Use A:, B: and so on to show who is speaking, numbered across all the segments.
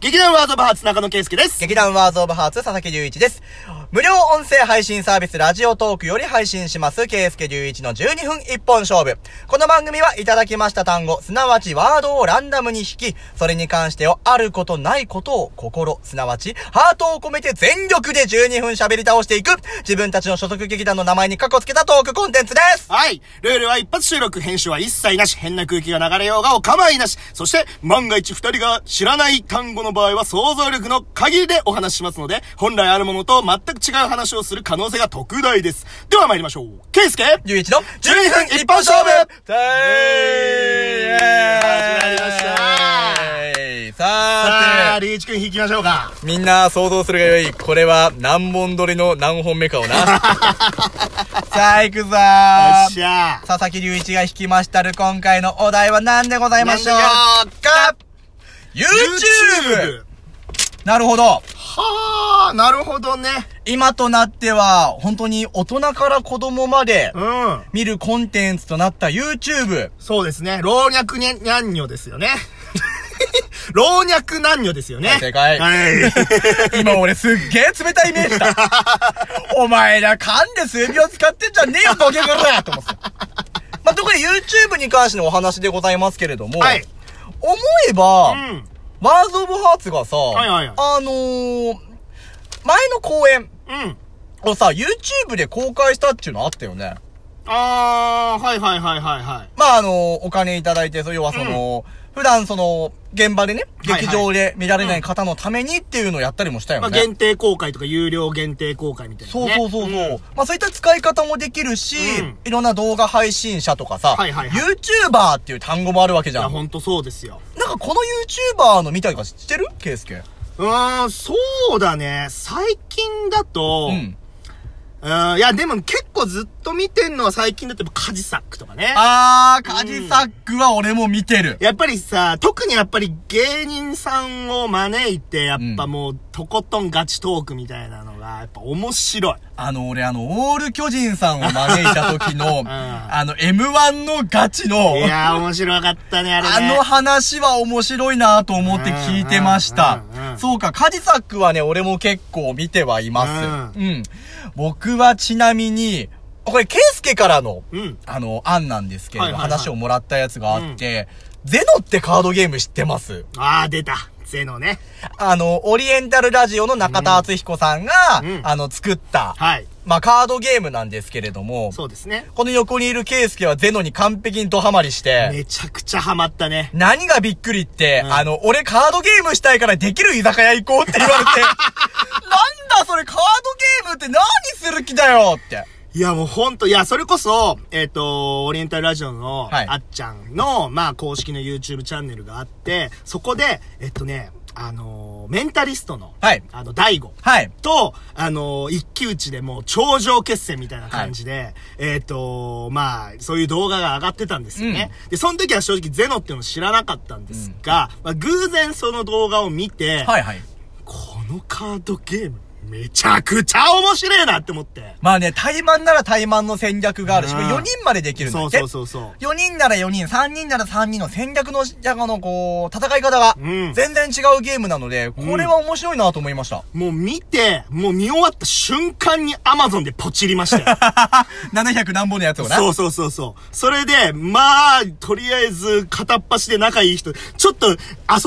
A: 劇団ワードバハーツ中野圭介です。
B: 劇団ワーズオブハーツ佐々木隆一です。無料音声配信サービスラジオトークより配信します、ケイスケ隆一の12分一本勝負。この番組はいただきました単語、すなわちワードをランダムに引き、それに関してをあることないことを心、すなわちハートを込めて全力で12分喋り倒していく、自分たちの所属劇団の名前にカッコつけたトークコンテンツです。
A: はい。ルールは一発収録、編集は一切なし、変な空気が流れようがお構いなし。そして、万が一二人が知らない単語の場合は想像力の限りでお話ししますので、本来あるものと全く違う話をする可能性が特大です。では参りましょう。圭介
B: 隆一の12分一本勝負イエーイ
A: 始まりました
B: さーて
A: さあ、リーチ君引きましょうか。
B: みんな想像するがよい。これは何本撮りの何本目かを な。さあ、行く
A: よっ
B: ぞー
A: しゃ
B: 佐々木隆一が引きましたる今回のお題は何でございましょうか !YouTube! なるほど。
A: はあ、なるほどね。
B: 今となっては、本当に大人から子供まで
A: うん。
B: 見るコンテンツとなった YouTube。
A: そうですね。老若にゃんにょですよね。 老若男女ですよね。
B: はい正解
A: はい。
B: 今俺すっげー冷たい目 した。お前ら噛んで数秒使ってんじゃねえよ、ボケからと思ってた。まあ、特に YouTube に関してのお話でございますけれども、
A: はい
B: 思えば、
A: うん。
B: ワーズ・オブ・ハーツがさ、
A: いはいはい
B: あのー、前の公演
A: うん。
B: をさ、YouTube で公開したっていうのあったよね。
A: あー、はいはいはいはいはい。
B: まあ、あのー、お金いただいて、そう要はその、普段その、現場でね、
A: はいはい
B: 劇場で見られない方のためにっていうのをやったりもしたよ
A: ま
B: ね。
A: あ、限定公開とか有料限定公開みたいな、
B: そう
A: ね。
B: そうそうそう、
A: ん
B: まあそういった使い方もできるし、
A: うん
B: いろんな動画配信者とかさ、
A: はいはいはい
B: YouTuber っていう単語もあるわけ
A: い
B: じゃ
A: や、
B: ん。
A: ほんとそうですよ。
B: なんかこの YouTuber の見たりとか知ってるケイスケ。
A: うーん、そうだね。最近だと、う
B: う
A: ん
B: ん。、
A: いや、でも結構ずっと見てんのは最近だとやっぱカジサックとかね。
B: あー、カジサックは俺も見てる。
A: やっぱりさ、特にやっぱり芸人さんを招いて、やっぱもう、とことんガチトークみたいなのが、やっぱ面白い。
B: あの、俺あの、オール巨人さんを招いた 時の、あの、M1 のガチの、
A: いやー、面白かったね、あれ
B: あ
A: ね。
B: の話は面白いなと思って聞いてました
A: うんうんうんう。ん
B: そうか、カジサックはね、俺も結構見てはいます。
A: う
B: うん。僕はちなみに、これ、ケイスケからの、
A: うん。
B: あの、案なんですけれ
A: はい
B: ど、
A: はいはい
B: 話をもらったやつがあって、ゼノってカードゲーム知ってます
A: あー、出た。ゼノね。
B: あの、オリエンタルラジオの中田敦彦さんが
A: うんう、ん
B: あの、作った、
A: はい。
B: まあ、カードゲームなんですけれども、
A: そうですね。
B: この横にいるケイスケはゼノに完璧にドハマりして、
A: めちゃくちゃハマったね。
B: 何がびっくりって、
A: うん
B: あの、俺カードゲームしたいからできる居酒屋行こうって言われ て、なんだそれカードゲームって何する気だよって。
A: いや、もうほんと、いや、それこそ、えっ、と、オリエンタルラジオの、
B: はい
A: あっちゃんの、まあ、公式の YouTube チャンネルがあって、そこで、えっとね、あのーメンタリストの、
B: はい
A: あの、大悟。
B: はい。
A: と、あのー一騎打ちでもう頂上決戦みたいな感じで、えっ、とまあ、そういう動画が上がってたんですよね。で、その時は正直ゼノっていうの知らなかったんですが、まあ、偶然その動画を見て、
B: はいはい。
A: このカードゲーム、めちゃくちゃ面白いなって思って。
B: まあね、対マンなら対マンの戦略があるし、
A: うん
B: 4人までできるんだ
A: そ
B: っ
A: う
B: て。
A: そうそうそう。
B: 4人なら4人、3人なら3人の戦略の、あの、こう、戦い方が、
A: うん
B: 全然違うゲームなので、これは面白いなと思いま した。
A: もう見て、もう見終わった瞬間に Amazon でポチりましたよ。
B: 700何本のやつをな。
A: そうそうそうそう。それで、まあ、とりあえず、片っ端で仲いい人、ちょっと遊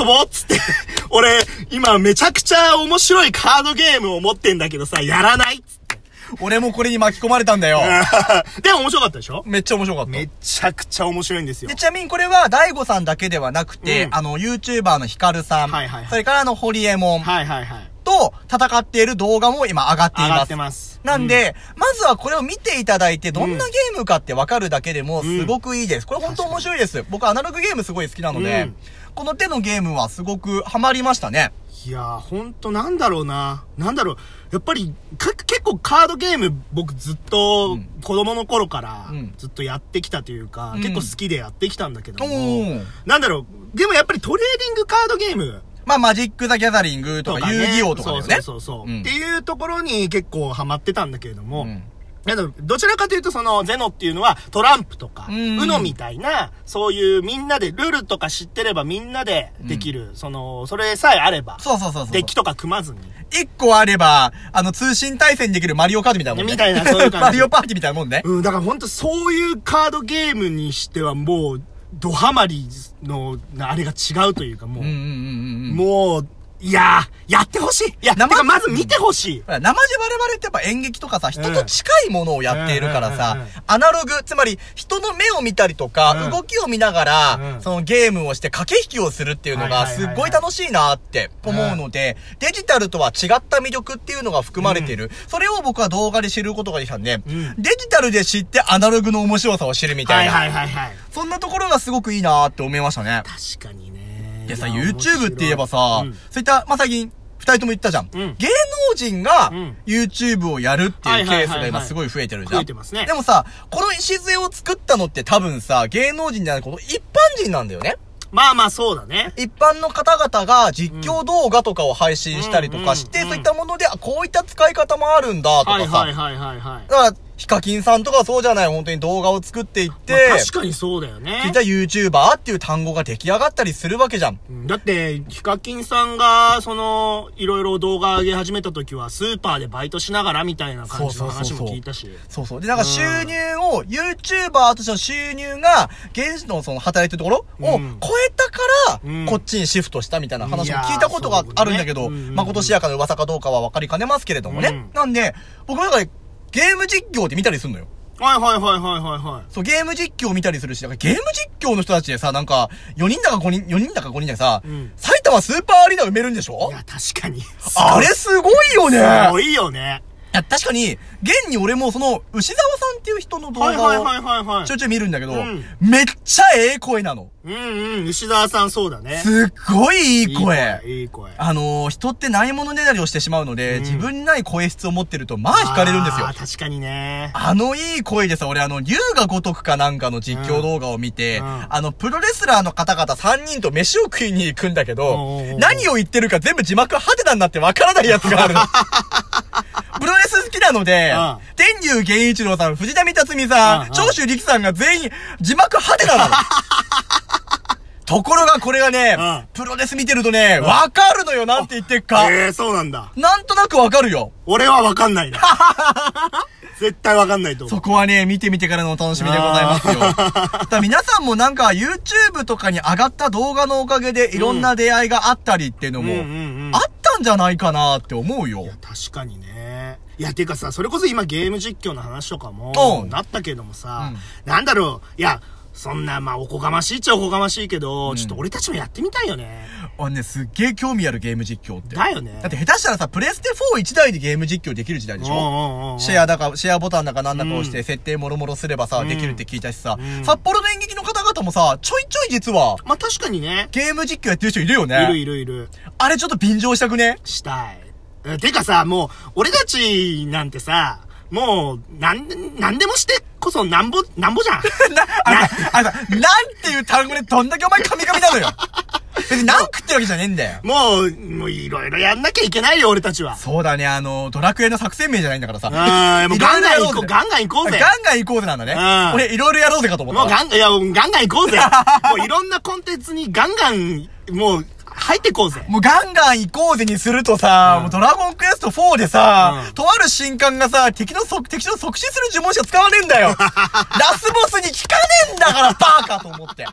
A: ぼうっつって、 俺、今めちゃくちゃ面白いカードゲームを持ってんだけどさ、やらないっつって。
B: 俺もこれに巻き込まれたんだよ。
A: でも面白かったでしょ
B: めっちゃ面白かった。
A: めちゃくちゃ面白いんですよ
B: で、。ちなみにこれは、大悟さんだけではなくて、
A: うん
B: あの、YouTuber のヒカルさん、
A: はいはいはい
B: それからあの、ホリエモン
A: はいはいはい。
B: と戦っている動画も今上がってい
A: 上が
B: ま
A: っ
B: す
A: て。ます。
B: なんで、まずはこれを見ていただいて、どんなゲームかってわかるだけでも、すごくいいです。これ本当面白いです。僕、アナログゲームすごい好きなので、
A: うん
B: この手のゲームはすごくハマりましたね。
A: いやー、ほんとなんだろうな。なんだろう。やっぱり、か、結構カードゲーム僕ずっと子供の頃から
B: うん
A: ずっとやってきたというか、
B: うん
A: 結構好きでやってきたんだけど
B: お
A: も、
B: ー。
A: なんだろう。でもやっぱりトレーディングカードゲーム
B: まあ、マジック・ザ・ギャザリングと
A: と
B: か、
A: か、ね、
B: 遊戯王とかだよね。
A: そうそうそうそう、
B: うん
A: っていうところに結構ハマってたんだけれども、
B: うん
A: えっとどちらかというとそのゼノっていうのはトランプとか、
B: う
A: うんのみたいな、そういうみんなでルールとか知ってればみんなでできる、その、それさえあれば、
B: そうそうそうそう。
A: デッキとか組まずに。
B: 一個あれば、あの、通信対戦できるマリオカードみたいなもんね。
A: みたいなそういう感じ
B: マリオパーティーみたいなもんね。
A: うん、だから本当そういうカードゲームにしてはもう、ドハマりの、あれが違うというかもう、
B: うんうんうんうん。
A: もう、いやー、やってほしいいや、
B: 生
A: てかまず見てほしい
B: ほら生地我々ってやっぱ演劇とかさ、人と近いものをやっているからさ
A: うんうんうんうん、
B: アナログ、つまり人の目を見たりとか、
A: うん
B: 動きを見ながら
A: う、ん
B: そのゲームをして駆け引きをするっていうのが
A: はいはい
B: す
A: はい
B: っ
A: はい
B: ごい楽しいなって思うので、デジタルとは違った魅力っていうのが含まれている。それを僕は動画で知ることができたんで、
A: ん
B: デジタルで知ってアナログの面白さを知るみた
A: はいい
B: な。
A: はいはいはい。
B: そんなところがすごくいいなって思いましたね。
A: 確かにね。
B: でさ、
A: いや
B: YouTube って言えばさ、
A: 面白いうん
B: そういった、まあ、最近、二人とも言ったじゃん。
A: うん
B: 芸能人が
A: うん
B: YouTube をやるって
A: はいいうはいは
B: ケ
A: い
B: ースが今すごい増えてるじゃん。
A: 増えてますね
B: でもさ、この礎を作ったのって多分さ、芸能人じゃない、この一般人なんだよね。
A: まあまあそうだね。
B: 一般の方々が実況動画とかを配信したりとかして、
A: うんうん
B: そう
A: うん
B: い
A: うん
B: ったもので、あ、こういった使い方もあるんだとか
A: は
B: さ。
A: いはいはいはいはい。
B: だから、ヒカキンさんとかそうじゃない、本当に動画を作っていって、
A: まあ確かにそうだよね
B: そうい。った YouTuber っていう単語が出来上がったりするわけじゃん。
A: うんだって、ヒカキンさんが、その、いろいろ動画上げ始めた時は、スーパーでバイトしながらみたいな感じの
B: そうそう
A: 話
B: そうそう
A: も聞いたし。
B: そうそう。で、なんか収入を、YouTuber としての収入が、現地のその働いてるところを
A: うん
B: 超えたから、
A: うん
B: こっちにシフトしたみたいな話も聞いたことがあるんだけど、
A: いやーそうねうん
B: まあ、今年やかの噂かどうかは分かりかねますけれどもね。
A: うん
B: なんで、僕なんかゲーム実況って見たりするのよ。
A: はいはいはいはいはいは
B: そう、ゲーム実況見たりするし、なんかゲーム実況の人たちでさ、なんか、4人だか5人、4人だか5人でさ、
A: うん
B: 埼玉スーパーアリーナ埋めるんでしょ
A: い。いや、確かに。
B: あれすごいよね
A: すごいよね。
B: いや、確かに、現に俺もその、牛沢さんっていう人の動画を、
A: はいはいはいはいはい
B: ちょ。いちょい見るんだけど、
A: うん
B: めっちゃええ声なの。
A: うんうん、牛沢さんそうだね。
B: すっごいいい声。
A: いい声。いい声
B: あのー、人ってないものねだりをしてしまうので、
A: うん
B: 自分にない声質を持ってると、まあ惹かれるんですよ
A: あー。確かにね。
B: あのいい声でさ、俺あの、竜が如くかなんかの実況動画を見て、
A: うんうん
B: あの、プロレスラーの方々3人と飯を食いに行くんだけ
A: おうおうお
B: ど、
A: う
B: 何を言ってるか全部字幕ハテナになってわからないやつが あるの。プロレス好きなので
A: うん、
B: 天竜源一郎さん、藤波辰巳さ
A: うん
B: ん、
A: うん
B: 長州力さんが全員字幕ハテ ナなの。ところがこれがね、
A: うん
B: プロレス見てるとね、わかるのよ、なんて言ってっか。
A: ええー、そうなんだ。
B: なんとなくわかるよ。
A: 俺はわかん ないな。絶対わかんないと思う。
B: そこはね、見てみてからのお楽しみでございますよ。 だから皆さんもなんか YouTube とかに上がった動画のおかげでいろんな出会いがあったりっていうのも、
A: うんうんうん
B: あったんじゃないかなって思うよ
A: いや。、確かにね。いや、てかさ、それこそ今ゲーム実況の話とかも
B: う、ん
A: なったけどもさ、
B: う
A: なんだろう、いや、そんな、まあ、おこがましいっちゃおこがましいけど、
B: ん
A: ちょっと俺たちもやってみたいよね。
B: あのね、すっげえ興味あるゲーム実況って。だ
A: だよね。
B: って下手したらさ、プレステ41台でゲーム実況できる時代でしょ
A: ょ
B: シェアだか、シェアボタンだかなんだか押し
A: う
B: て設定もろもろすればさ、できるって聞いたしさ
A: う、ん
B: 札幌の演劇の方々もさ、ちょいちょい実は、
A: まあ、確かにね。
B: ゲーム実況やってる人いるよ
A: いる
B: ね。
A: いるいる。
B: あれちょっと便乗したくね
A: したい。うんてかさ、もう、俺たちなんてさ、もう、なんで、なんでもしてこそなんぼ、なんぼじゃん。
B: な、あのさ、あのさ、なんていう単語でどんだけお前カミカミなのよ。別に何食ってるわけじゃねえんだよ。
A: もう、もういろいろやんなきゃいけないよ、俺たちは。
B: そうだね、あの、ドラクエの作戦名じゃ ないんだからさ。
A: あーもう
B: いろいろやろぜ
A: ガンガン行こうガンガン行こうぜ
B: ガンガン行こうぜなんだね。
A: うん
B: 俺、いろいろやろうぜかと思
A: もう
B: ったわ。
A: ガン、いや、もうガンガン行こうぜ。 もういろんなコンテンツにガンガン、もう、入ってこうぜ。
B: もうガンガン行こうぜにするとさ、もうドラゴンクエスト4でさ、
A: うん
B: とある新刊がさ、敵の即、敵の即死する呪文しか使わねえん だよラスボスに効かねえんだからバーカと思って。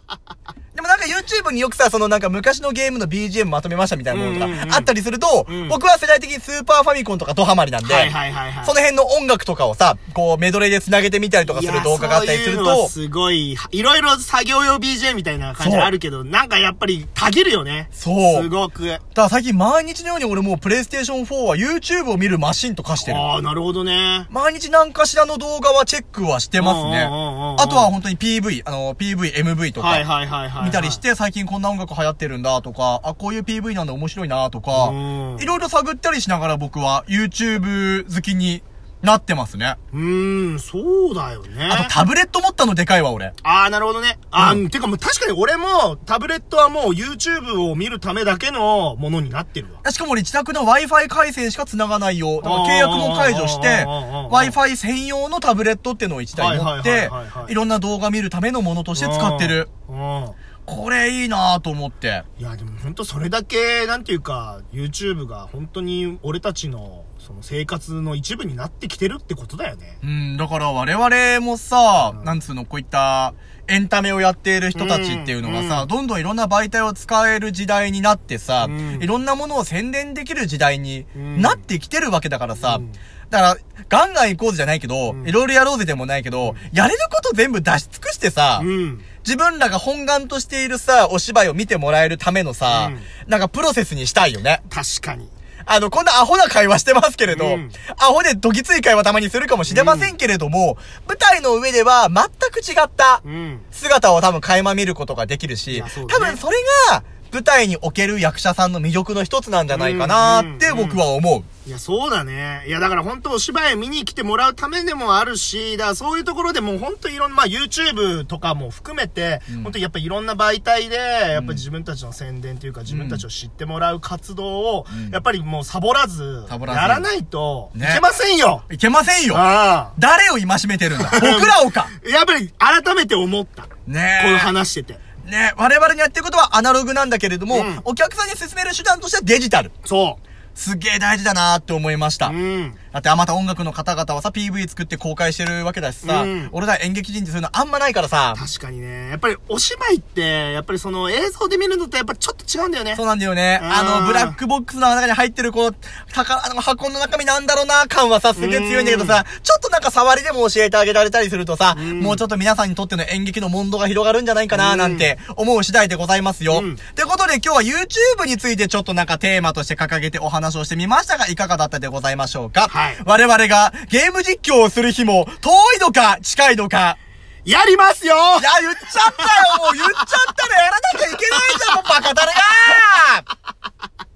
B: でもなんか YouTube によくさ、そのなんか昔のゲームの BGM まとめましたみたいなもの
A: うんうん
B: と
A: うん
B: かあったりすると、
A: うん
B: 僕は世代的にスーパーファミコンとかドハマりなんで、
A: はいはいはいはい。
B: その辺の音楽とかをさ、こうメドレーで繋げてみたりとかする動画があったりする
A: いやそういうの
B: と
A: は、すごい、いろいろ作業用 BJ みたいな感じ
B: そう
A: あるけど、なんかやっぱり、たぎるよね。
B: そう
A: すごく。
B: だから最近毎日のように俺もうプレイステーション4は YouTube を見るマシンと化してる。
A: ああ、なるほどね。
B: 毎日何かしらの動画はチェックはしてます
A: う
B: ね。
A: んうんうんうん
B: あとは本当に PV、あの、PV、MV と
A: はい
B: か、
A: はいはいはい。
B: 見たりし。て、最近こんな音楽流行ってるんだとか、あ、こういう PV なんだ面白いなとか
A: う、ん
B: いろいろ探ったりしながら僕は YouTube 好きになってますね。
A: うーん、そうだよね。
B: あとタブレット持ったのでかいわ、俺。
A: ああ、なるほどね。あー、
B: う
A: てかもう確かに俺も、タブレットはもう YouTube を見るためだけのものになってるわ。
B: しかも俺自宅の Wi-Fi 回線しか繋がないよ。だから契約も解除して、
A: あー
B: Wi-Fi 専用のタブレットっていうのを1台持っ
A: はいはい
B: て
A: はいはいは、い
B: いろんな動画見るためのものとして使ってる。
A: うん。うん。
B: これいいなぁと思って。
A: いや、でも本当それだけ、なんていうか、YouTube が本当に俺たちの、その生活の一部になってきてるってことだよね。
B: うん、だから我々もさ、
A: ん
B: なんつうの、こういったエンタメをやっている人たちっていうのがさ、
A: うん
B: どんどんいろんな媒体を使える時代になってさ、
A: うん
B: いろんなものを宣伝できる時代に
A: うん
B: なってきてるわけだからさ、
A: うん
B: だから、ガンガン行こうぜじゃないけど、
A: ん
B: いろいろやろうぜでもないけど、やれること全部出し尽くしてさ、
A: うん。
B: 自分らが本願としているさ、お芝居を見てもらえるためのさ、なんかプロセスにしたいよね。
A: 確かに。
B: あの、こんなアホな会話してますけれど、
A: うん
B: アホでどぎつい会話たまにするかもしれませんけれども、舞台の上では全く違った
A: うん。
B: 姿を多分垣間見ることができる
A: い
B: し、
A: やそうだ
B: 多
A: ね
B: 分それが舞台における役者さんの魅力の一つなんじゃないかなって
A: うんうん
B: 僕は思う。
A: いや、そうだね。いや、だから本当お芝居見に来てもらうためでもあるし、だからそういうところでもう本当いろんな、まあ YouTube とかも含めて、
B: うん
A: 本当やっぱいろんな媒体で、やっぱ自分たちの宣伝というか、自分たちを知ってもらう活動を、
B: うん
A: やっぱりもうサボらず、
B: サボらず
A: やらないと、い
B: ね
A: けませんよ、
B: いけませんよ
A: ああ。
B: 誰を戒めてるんだ僕 らをか
A: やっぱり改めて思った。こ
B: ね
A: ういう
B: え。
A: 話してて。
B: ねえ、我々にやってることはアナログなんだけれども、
A: うん
B: お客さんに勧める手段としてはデジタル。
A: そ
B: すげえ大事だなって思いました。
A: う。うん。
B: だってあまた音楽の方々はさ、PV 作って公開してるわけだしさ、
A: うん
B: 俺ら演劇人ってそういうのあんまないか らさ、
A: 確かにね。やっぱりお芝居って、やっぱりその映像で見るのとやっぱちょっと違うんだよね
B: そう。なんだよね。
A: うん
B: あの、ブラックボックスの中に入ってるこう、宝、あの箱の中身なんだろうな感はさ、すげえ強いんだけどさ、ちょっとなんか触りでも教えてあげられたりするとさ、
A: うん
B: もうちょっと皆さんにとっての演劇の問答が広がるんじゃないかななんて思う次第でございます
A: う
B: よ。
A: ん
B: ってことで今日は YouTube についてちょっとなんかテーマとして掲げてお話をしてみましたが、いかがだったでございましょうか、
A: はい
B: 我々がゲーム実況をする日も、遠いのか、近いのか、
A: やりますよ
B: いや、言っちゃったよもう言っちゃったらやらなきゃいけないじゃんもうバカ誰が